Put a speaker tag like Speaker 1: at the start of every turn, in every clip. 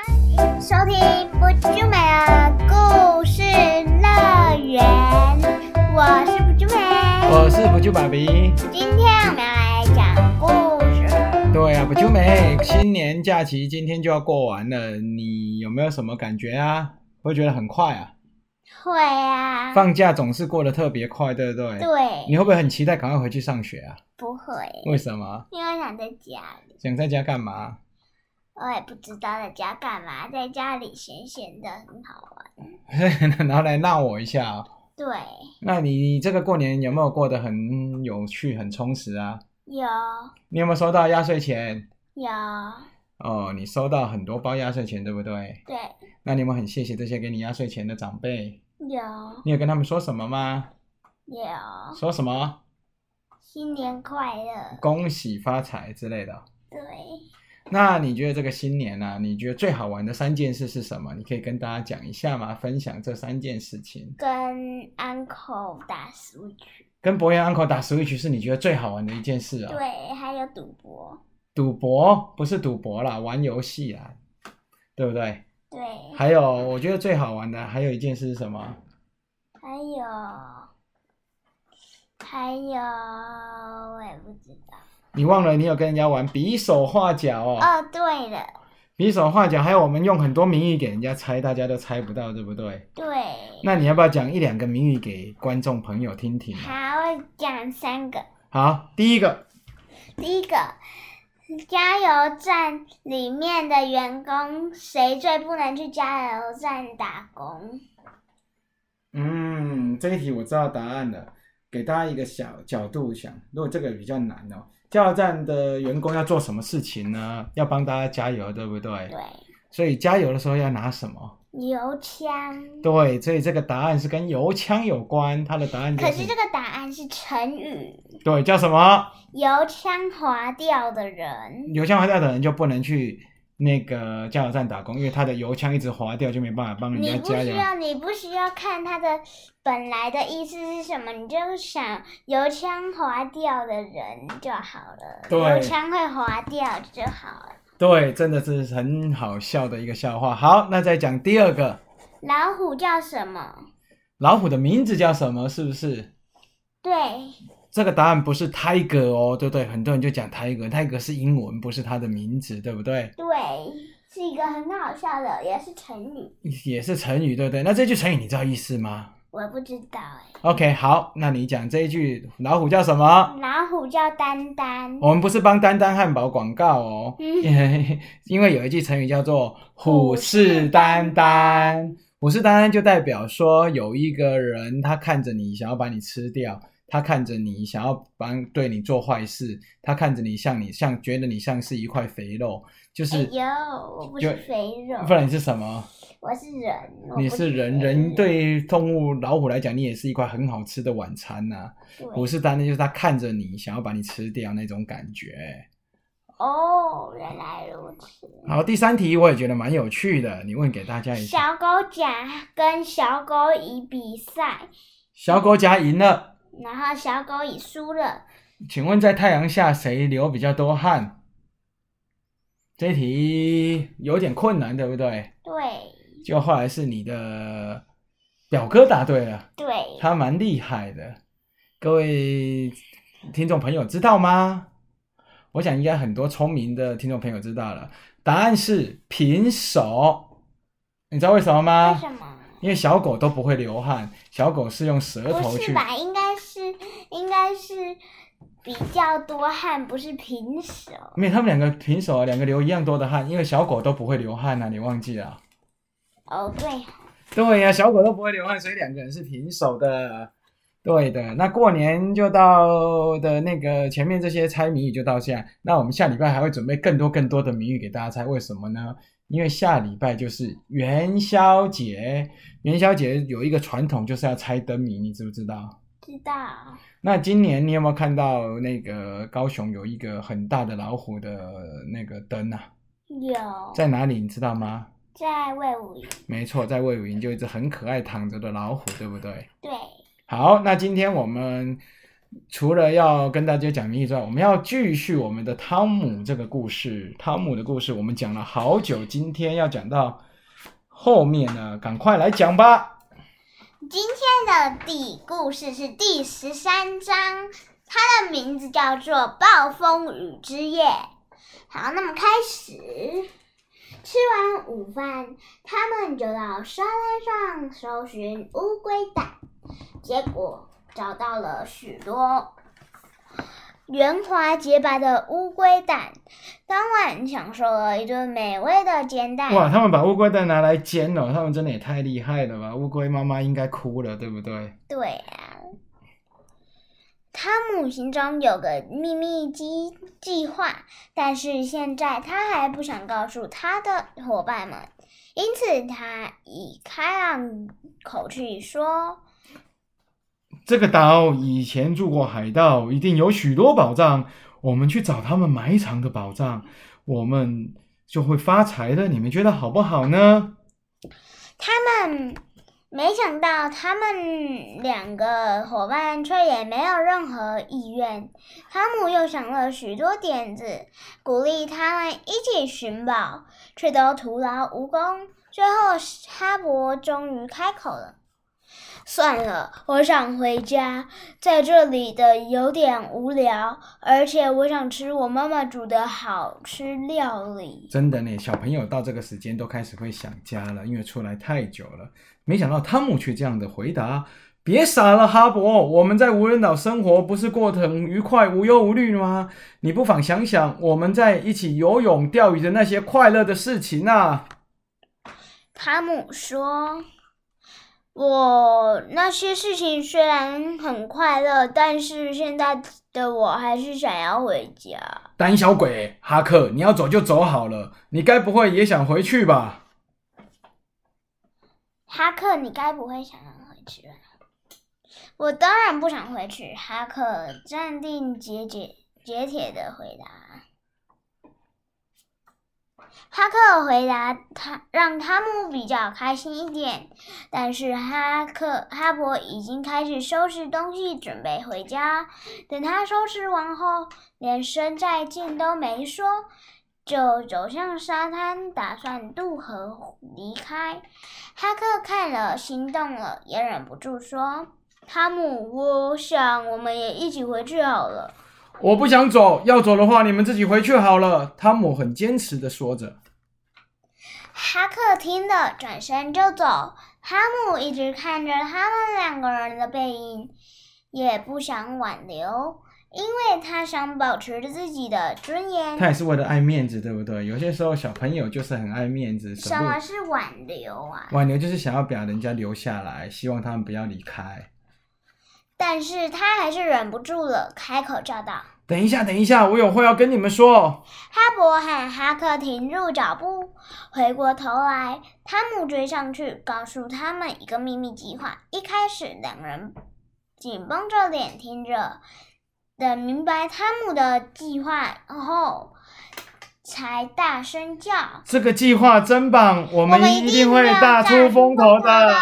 Speaker 1: 收听不就美的故事乐园，我是不就美。
Speaker 2: 我是不就爸比。
Speaker 1: 今天我们要来讲故事，
Speaker 2: 对啊，不就美。新年假期今天就要过完了，你有没有什么感觉啊？会觉得很快啊？
Speaker 1: 会啊，
Speaker 2: 放假总是过得特别快，对不对？
Speaker 1: 对，
Speaker 2: 你会不会很期待赶快回去上学啊？
Speaker 1: 不会，
Speaker 2: 为什么？
Speaker 1: 因为想在家里，
Speaker 2: 想在家干嘛？
Speaker 1: 我也不知道在家干嘛，在家里闲闲的很好玩。
Speaker 2: 然后来闹我一下、哦。
Speaker 1: 对，
Speaker 2: 那你这个过年有没有过得很有趣、很充实啊？
Speaker 1: 有
Speaker 2: 你有没有收到压岁钱？
Speaker 1: 有，
Speaker 2: 哦，你收到很多包压岁钱，对不对？
Speaker 1: 对，
Speaker 2: 那你有没有很谢谢这些给你压岁钱的长辈？
Speaker 1: 有
Speaker 2: 你有跟他们说什么吗？
Speaker 1: 有，
Speaker 2: 说什么？
Speaker 1: 新年快乐。
Speaker 2: 恭喜发财之类的。
Speaker 1: 对，
Speaker 2: 那你觉得这个新年呢、啊？你觉得最好玩的三件事是什么？你可以跟大家讲一下吗？分享这三件事情。
Speaker 1: 跟 uncle 打 Switch，
Speaker 2: 跟博彦 uncle 打 Switch 是你觉得最好玩的一件事啊、
Speaker 1: 对，还有赌博，
Speaker 2: 赌博不是赌博啦，玩游戏啦，对不对？
Speaker 1: 对，
Speaker 2: 还有，我觉得最好玩的还有一件事是什么？
Speaker 1: 还有，还有，我也不知道。
Speaker 2: 你忘了你有跟人家玩比手画脚哦，
Speaker 1: 哦，对了，
Speaker 2: 比手画脚，还有我们用很多谜语给人家猜，大家都猜不到，对不对？
Speaker 1: 对，
Speaker 2: 那你要不要讲一两个谜语给观众朋友听听啊？
Speaker 1: 好，我讲三个。
Speaker 2: 好，第一个，
Speaker 1: 第一个，加油站里面的员工谁最不能去加油站打工？
Speaker 2: 嗯，这一题我知道答案了，给大家一个小角度想，如果这个比较难哦，加油站的员工要做什么事情呢？要帮大家加油，对不对？
Speaker 1: 对，
Speaker 2: 所以加油的时候要拿什么？
Speaker 1: 油枪。
Speaker 2: 对，所以这个答案是跟油枪有关，它的答案就
Speaker 1: 可
Speaker 2: 是
Speaker 1: 是这个答案是成语。
Speaker 2: 对，叫什么？
Speaker 1: 油腔滑调的人，
Speaker 2: 油枪滑掉的人就不能去那个加油站打工，因为他的油枪一直滑掉，就没办法帮人家
Speaker 1: 你不
Speaker 2: 加
Speaker 1: 需
Speaker 2: 油。
Speaker 1: 要，你不需要看他的本来的意思是什么，你就想油腔滑调的人就好了。
Speaker 2: 对
Speaker 1: 油腔会滑掉就好了。
Speaker 2: 对，真的是很好笑的一个笑话。好，那再讲第二个，
Speaker 1: 老虎叫什么？
Speaker 2: 老虎的名字叫什么？是不是？
Speaker 1: 对，
Speaker 2: 这个答案不是 tiger 哦，对不对？很多人就讲 tiger，tiger 是英文，不是它的名字，对不对？
Speaker 1: 对，是一个很好笑的，也是成语。
Speaker 2: 也是成语，对不对？那这句成语你知道意思吗
Speaker 1: 我不知道哎、
Speaker 2: ？OK，好，那你讲这一句老虎叫什么？
Speaker 1: 老虎叫丹丹。
Speaker 2: 我们不是帮丹丹汉堡广告哦，
Speaker 1: 嗯
Speaker 2: 因为 因为有一句成语叫做“虎视眈眈”，虎视眈眈就代表说有一个人他看着你想要把你吃掉，他看着你想要帮对你做坏事，他看着你像你像觉得你像是一块肥肉，就是、
Speaker 1: 哎呦，我不是
Speaker 2: 就
Speaker 1: 肥肉，
Speaker 2: 不然你是什么？
Speaker 1: 我是人。我
Speaker 2: 你
Speaker 1: 不
Speaker 2: 是
Speaker 1: 肥
Speaker 2: 人，人对动物老虎来讲，你也是一块很好吃的晚餐呐、
Speaker 1: 对
Speaker 2: 虎视眈眈就是他看着你想要把你吃掉那种感觉。
Speaker 1: 哦，原来如此。
Speaker 2: 好，第三题我也觉得蛮有趣的，你问给大家一下。
Speaker 1: 小狗甲跟小狗乙比赛，
Speaker 2: 小狗甲赢了，
Speaker 1: 然后小狗乙输了。
Speaker 2: 请问在太阳下谁流比较多汗？这一题有点困难，对不对？
Speaker 1: 对
Speaker 2: 就后来是你的表哥答对了，
Speaker 1: 对，
Speaker 2: 他蛮厉害的。各位听众朋友知道吗？我想应该很多聪明的听众朋友知道了，答案是平手。你知道为什么吗？
Speaker 1: 为什么？
Speaker 2: 因为小狗都不会流汗，小狗是用舌头
Speaker 1: 不
Speaker 2: 去
Speaker 1: 是。吧？应该是应该是比较多汗，不是平手。
Speaker 2: 没有，他们两个平手啊，两个流一样多的汗，因为小狗都不会流汗呐、啊，你忘记了？
Speaker 1: 哦，对，
Speaker 2: 对呀、小狗都不会流汗，所以两个人是平手的。对的，那过年就到的那个前面这些猜谜语就到这样，那我们下礼拜还会准备更多更多的谜语给大家猜，为什么呢？因为下礼拜就是元宵节，元宵节有一个传统就是要猜灯谜，你知不知道？
Speaker 1: 知道。
Speaker 2: 那今年你有没有看到那个高雄有一个很大的老虎的那个灯啊？
Speaker 1: 有
Speaker 2: 在哪里你知道吗？
Speaker 1: 在魏武营，
Speaker 2: 没错，在魏武营就一只很可爱躺着的老虎，对不对？
Speaker 1: 对
Speaker 2: 好，那今天我们除了要跟大家讲谜语之外，我们要继续我们的汤姆这个故事。汤姆的故事我们讲了好久，今天要讲到后面呢，赶快来讲吧。
Speaker 1: 今天的第故事是第十三章，它的名字叫做《暴风雨之夜》。好，那么开始。吃完午饭，他们就到沙滩上搜寻乌龟蛋，结果找到了许多圆滑洁白的乌龟蛋。当晚享受了一顿美味的煎蛋。
Speaker 2: 哇，他们把乌龟蛋拿来煎了，他们真的也太厉害了吧！乌龟妈妈应该哭了，对不对？
Speaker 1: 对啊，汤姆心中有个秘密计计划，但是现在他还不想告诉他的伙伴们，因此他以开朗口气说
Speaker 2: 这个岛以前住过海盗，一定有许多宝藏，我们去找他们埋藏的宝藏，我们就会发财的。你们觉得好不好呢？：“
Speaker 1: 他们没想到，他们两个伙伴却也没有任何意愿。”汤姆又想了许多点子，鼓励他们一起寻宝，却都徒劳无功。最后，哈勃终于开口了：“算了，我想回家，在这里的有点无聊，而且我想吃我妈妈煮的好吃料理。”
Speaker 2: 真的呢，小朋友到这个时间都开始会想家了，因为出来太久了。没想到汤姆却这样的回答：“别傻了，哈勃，我们在无人岛生活不是过得很愉快、无忧无虑吗？你不妨想想我们在一起游泳、钓鱼的那些快乐的事情啊！”
Speaker 1: 汤姆说：“我那些事情虽然很快乐，但是现在的我还是想要回家。
Speaker 2: 胆小鬼哈克，你要走就走好了，你该不会也想回去吧？”
Speaker 1: 哈克，你该不会想要回去吧？我当然不想回去。哈克站定节节节铁的回答。哈克回答他让汤姆比较开心一点，但是哈克哈勃已经开始收拾东西，准备回家。等他收拾完后，连声再见都没说，就走向沙滩，打算渡河离开。哈克看了，心动了，也忍不住说：“汤姆，我想我们也一起回去好了。
Speaker 2: 我不想走，要走的话你们自己回去好了。汤姆很坚持的说着。”
Speaker 1: 哈克听了，转身就走。汤姆一直看着他们两个人的背影，也不想挽留，因为他想保持着自己的尊严。
Speaker 2: 他也是为了爱面子，对不对？有些时候小朋友就是很爱面子，舍
Speaker 1: 什
Speaker 2: 不
Speaker 1: 么
Speaker 2: 得
Speaker 1: 是啊挽留啊？
Speaker 2: 挽留就是想要把人家留下来，希望他们不要离开。
Speaker 1: 但是他还是忍不住了，开口叫道：“
Speaker 2: 等一下，等一下，我有话要跟你们说。
Speaker 1: 哈勃和哈克停住脚步，回过头来，汤姆追上去，告诉他们一个秘密计划。一开始，两人紧绷着脸听着，等明白汤姆的计划后，才大声叫：“
Speaker 2: 这个计划真棒，我们一定会大出风头的。！”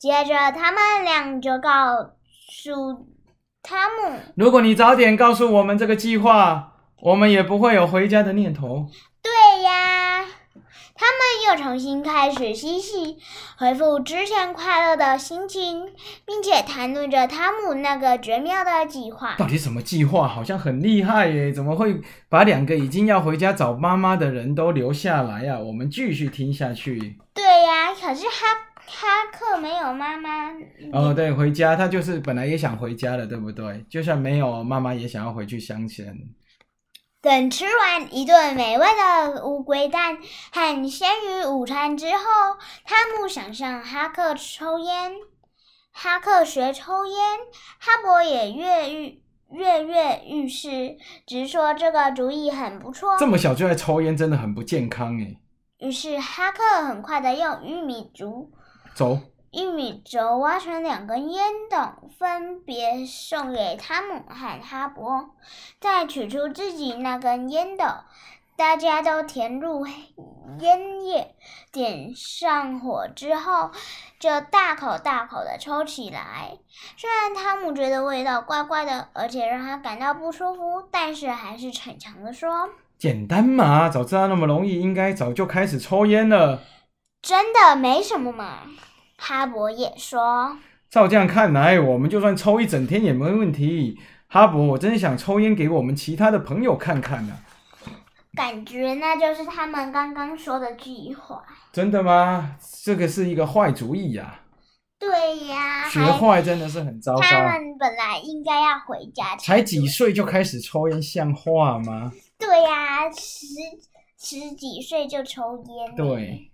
Speaker 1: 接着，他们俩就告诉汤姆。
Speaker 2: 如果你早点告诉我们这个计划，我们也不会有回家的念头。
Speaker 1: 对呀，他们又重新开始嬉戏，恢复之前快乐的心情，并且谈论着汤姆那个绝妙的计划。
Speaker 2: 到底什么计划？好像很厉害耶！怎么会把两个已经要回家找妈妈的人都留下来呀、我们继续听下去。
Speaker 1: 对呀，可是哈哈克没有妈妈。
Speaker 2: 哦，
Speaker 1: 嗯
Speaker 2: 对，回家，他就是本来也想回家的，对不对？就算没有妈妈，也想要回去乡间。
Speaker 1: 等吃完一顿美味的乌龟蛋和鲜鱼午餐之后，汤姆想向哈克抽烟，哈克学抽烟，哈勃也跃欲跃跃欲试，直说这个主意很不错。
Speaker 2: 这么小就在抽烟，真的很不健康诶。
Speaker 1: 于是哈克很快的用玉米竹、
Speaker 2: 走，
Speaker 1: 玉米轴挖成两根烟筒，分别送给汤姆和哈勃，再取出自己那根烟斗，大家都填入烟叶，点上火之后，就大口大口的抽起来。虽然汤姆觉得味道怪怪的，而且让他感到不舒服，但是还是逞强的说。
Speaker 2: 简单嘛，早知道那么容易，应该早就开始抽烟了。
Speaker 1: 真的没什么嘛。哈勃也说，
Speaker 2: 照这样看来，我们就算抽一整天也没问题。哈勃，我真想抽烟给我们其他的朋友看看呢、啊
Speaker 1: 感觉那就是他们刚刚说的计划。
Speaker 2: 真的吗？这个是一个坏主意呀、
Speaker 1: 对呀，
Speaker 2: 学
Speaker 1: 啊还
Speaker 2: 坏真的是很糟糕。
Speaker 1: 他们本来应该要回家
Speaker 2: 才
Speaker 1: 对
Speaker 2: 几岁就开始抽烟，像话吗？
Speaker 1: 对呀、十十几岁就抽烟。
Speaker 2: 对，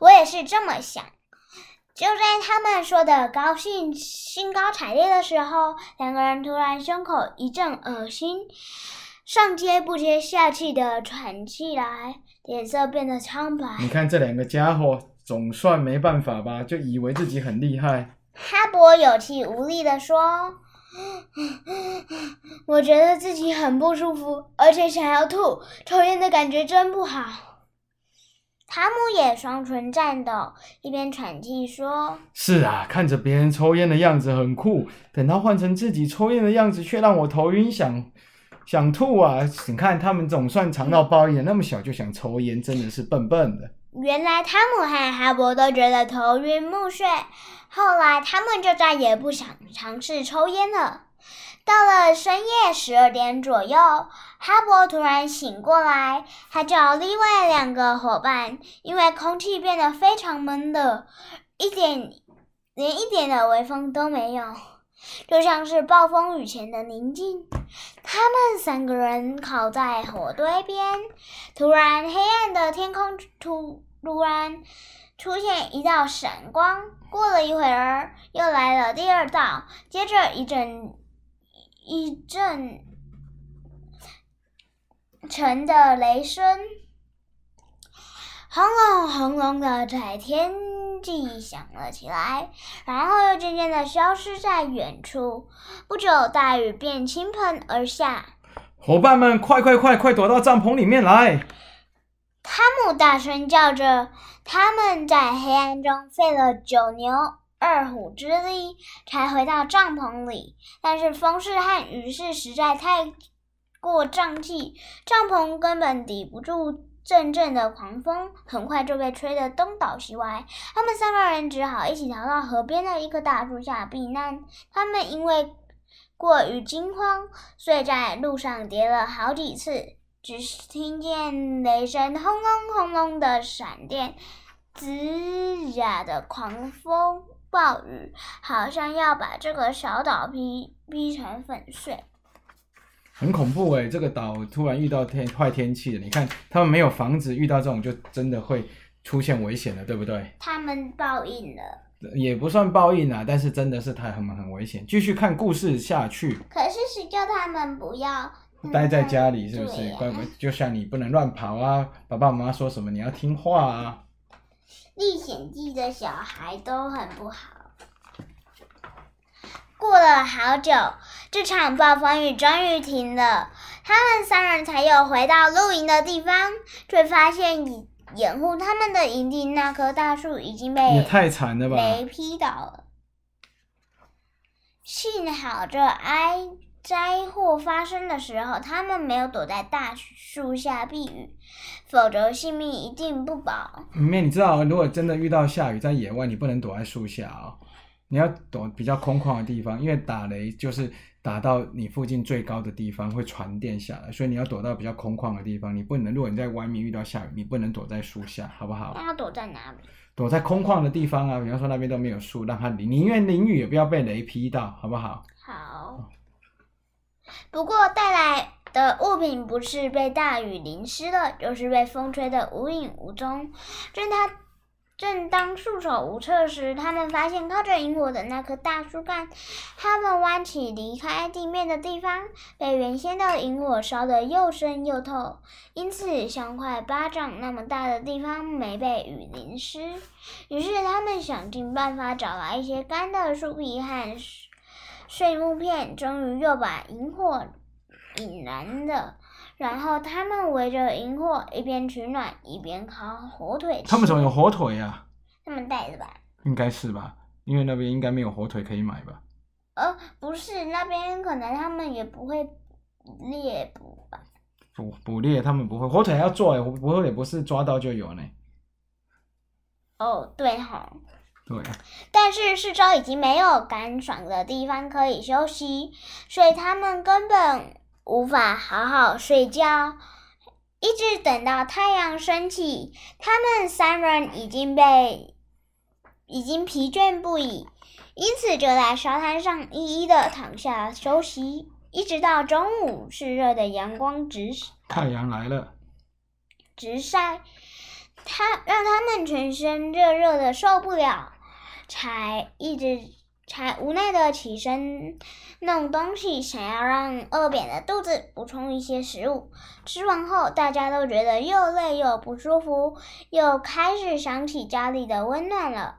Speaker 1: 我也是这么想。就在他们说的高兴、兴高采烈的时候，两个人突然胸口一阵恶心，上气不接下气的喘气来，脸色变得苍白。
Speaker 2: 你看这两个家伙，总算没办法吧，就以为自己很厉害。
Speaker 1: 哈勃有气无力地说：“ 我觉得自己很不舒服，而且想要吐，抽烟的感觉真不好。”塔姆也双唇颤抖，一边喘气说
Speaker 2: 是啊，看着别人抽烟的样子很酷，等到换成自己抽烟的样子，却让我头晕想。想吐啊！你看他们总算尝到报应了，那么小就想抽烟，真的是笨笨的。：“
Speaker 1: 原来汤姆和哈勃都觉得头晕目眩，后来他们就再也不想尝试抽烟了。”到了深夜十二点左右，哈勃突然醒过来，他找另外两个伙伴，因为空气变得非常闷热，一点连一点的微风都没有，就像是暴风雨前的宁静。他们三个人靠在火堆边，突然黑暗的天空突突然出现一道闪光，过了一会儿，又来了第二道，接着一阵一阵沉的雷声，轰隆轰隆的在天际响了起来，然后又渐渐的消失在远处。不久，大雨便倾盆而下。
Speaker 2: 伙伴们，快快快快躲到帐篷里面来！
Speaker 1: 汤姆大声叫着，他们在黑暗中费了九牛二虎之力才回到帐篷里，但是风势和雨势实在太过瘴气，帐篷根本抵不住阵阵的狂风，很快就被吹得东倒西歪。他们三个人只好一起逃到河边的一棵大树下避难。他们因为过于惊慌，所以在路上跌了好几次。只是听见雷声轰隆轰隆的闪电，滋呀的狂风暴雨，好像要把这个小岛劈劈成粉碎。
Speaker 2: 很恐怖哎、这个岛突然遇到天坏天气了，你看他们没有房子，遇到这种就真的会出现危险了，对不对？
Speaker 1: 他们报应了。
Speaker 2: 也不算报应啊，但是真的是太很很危险。继续看故事下去，
Speaker 1: 可是谁叫他们不要
Speaker 2: 待在家里是不
Speaker 1: 嗯对
Speaker 2: 是？
Speaker 1: 呀
Speaker 2: 乖乖，就像你不能乱跑啊，爸爸妈妈说什么你要听话啊。
Speaker 1: 历险记的小孩都很不好。过了好久，这场暴风雨终于停了，他们三人才又回到露营的地方，却发现掩掩护他们的营地那棵大树已经
Speaker 2: 也
Speaker 1: 被
Speaker 2: 太惨了吧！
Speaker 1: 雷劈倒了。幸好这哀灾祸发生的时候，他们没有躲在大树下避雨，否则性命一定不保。
Speaker 2: 里面你知道，如果真的遇到下雨，在野外你不能躲在树下哦，你要躲比较空旷的地方，因为打雷就是打到你附近最高的地方会传电下来，所以你要躲到比较空旷的地方。你不能，如果你在外面遇到下雨，你不能躲在树下，好不好？
Speaker 1: 那要躲在哪里？
Speaker 2: 躲在空旷的地方啊，比方说那边都没有树，让它淋，宁愿淋雨也不要被雷劈到，好不好？
Speaker 1: 好。不过带来的物品不是被大雨淋湿了，就是被风吹得无影无踪。正他正当束手无策时，他们发现靠着萤火的那棵大树干，他们弯起离开地面的地方，被原先的萤火烧得又深又透，因此像块巴掌那么大的地方没被雨淋湿。于是他们想尽办法找来一些干的树皮和碎碎木片，终于又把萤火引燃了。然后他们围着萤火一边取暖一边烤火腿吃。
Speaker 2: 他们怎么有火腿啊？
Speaker 1: 他们带着吧？
Speaker 2: 应该是吧，因为那边应该没有火腿可以买吧？
Speaker 1: 呃，不是那边可能他们也不会猎捕吧？
Speaker 2: 捕捕猎他们不会，火腿还要做哎、火火腿不是抓到就有呢、
Speaker 1: 哦，对哈。
Speaker 2: 对，
Speaker 1: 但是四周已经没有干爽的地方可以休息，所以他们根本无法好好睡觉。一直等到太阳升起，他们三人已经被已经疲倦不已，因此就在沙滩上一一的躺下休息，一直到中午炽热的阳光直
Speaker 2: 太阳来了，
Speaker 1: 直晒，他让他们全身热热的受不了，才一直才无奈的起身弄东西，想要让饿扁的肚子补充一些食物。吃完后，大家都觉得又累又不舒服，又开始想起家里的温暖了。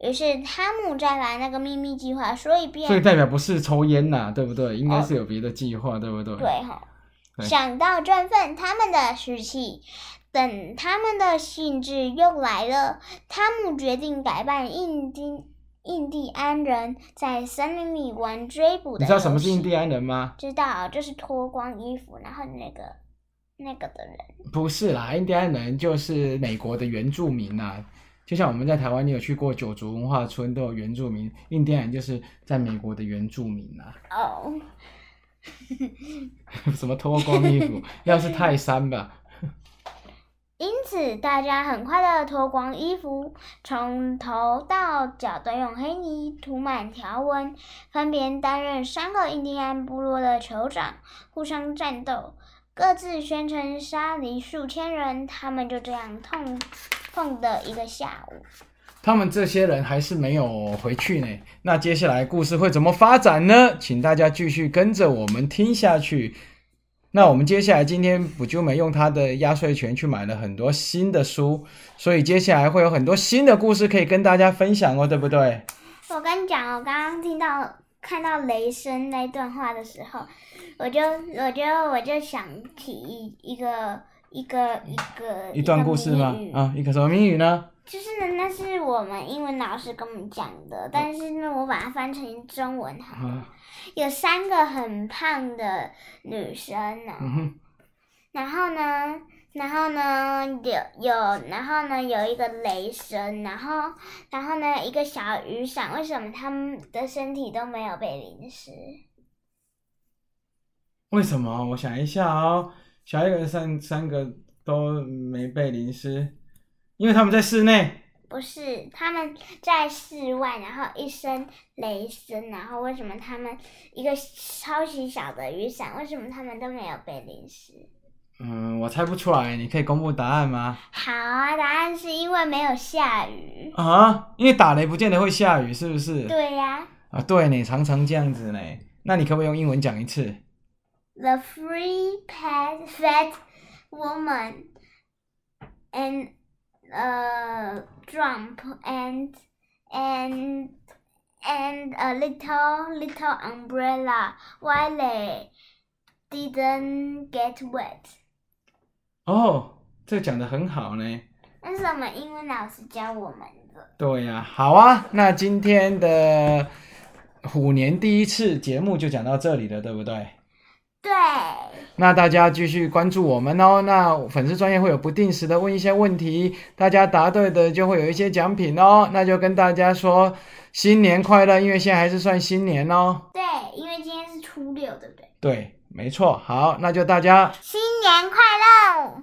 Speaker 1: 于是汤姆再把那个秘密计划说一遍
Speaker 2: 所以，代表不是抽烟呐、对不对？应该
Speaker 1: 哦
Speaker 2: 是有别的计划，对不对？
Speaker 1: 对哈、
Speaker 2: 对
Speaker 1: 想到振奋他们的士气，等他们的兴致又来了，汤姆决定改扮印第印第安人，在森林里玩追捕的
Speaker 2: 你知道什么是
Speaker 1: 游戏
Speaker 2: 印第安人吗？
Speaker 1: 知道，就是脱光衣服，然后那个那个的人。
Speaker 2: 不是啦，印第安人就是美国的原住民呐、就像我们在台湾，你有去过九族文化村，都有原住民。印第安人就是在美国的原住民呐、
Speaker 1: 哦，
Speaker 2: 什么脱光衣 服，要是泰山吧，
Speaker 1: 因此，大家很快的脱光衣服，从头到脚都用黑泥涂满条纹，分别担任三个印第安部落的酋长，互相战斗，各自宣称杀敌数千人。他们就这样痛痛的一个下午。
Speaker 2: 他们这些人还是没有回去呢。那接下来故事会怎么发展呢？请大家继续跟着我们听下去。那我们接下来今天补救美用他的压岁钱去买了很多新的书，所以接下来会有很多新的故事可以跟大家分享哦，对不对？
Speaker 1: 我跟你讲，我刚刚听到看到雷声那段话的时候，我就我就我就想起一一个一个一个
Speaker 2: 一段
Speaker 1: 个
Speaker 2: 故事
Speaker 1: 谜
Speaker 2: 吗
Speaker 1: 语？
Speaker 2: 啊，一个什么谜语呢？
Speaker 1: 就是呢，那是我们英文老师跟我们讲的，但是呢，我把它翻成中文哈。
Speaker 2: 啊，
Speaker 1: 有三个很胖的女生呢，
Speaker 2: 嗯哼，
Speaker 1: 然后呢，然后呢，有有，然后呢，有一个雷声，然后，然后呢，一个小雨伞。为什么他们的身体都没有被淋湿？
Speaker 2: 为什么？我想一下哦，小一个人三三个都没被淋湿，因为他们在室内。
Speaker 1: 不是，他们在室外，然后一声雷声，然后为什么他们一个超级小的雨伞，为什么他们都没有被淋湿？
Speaker 2: 嗯，我猜不出来，你可以公布答案吗？
Speaker 1: 好啊，答案是因为没有下雨。
Speaker 2: 啊，因为打雷不见得会下雨，是不是？
Speaker 1: 对呀、
Speaker 2: 啊，对呢，常常这样子呢。那你可不可以用英文讲一次？
Speaker 1: The free pet fat woman and a jump and and and a little little umbrella while they didn't get wet。
Speaker 2: 哦，这讲的很好呢。
Speaker 1: 那是我们英文老师教我们的。
Speaker 2: 对呀、好啊，那今天的虎年第一次节目就讲到这里了，对不对？
Speaker 1: 对，
Speaker 2: 那大家继续关注我们哦。那粉丝专业会有不定时的问一些问题，大家答对的就会有一些奖品哦。那就跟大家说新年快乐，因为现在还是算新年哦。
Speaker 1: 对，因为今天是初六，对不对？
Speaker 2: 对，没错。好，那就大家
Speaker 1: 新年快乐！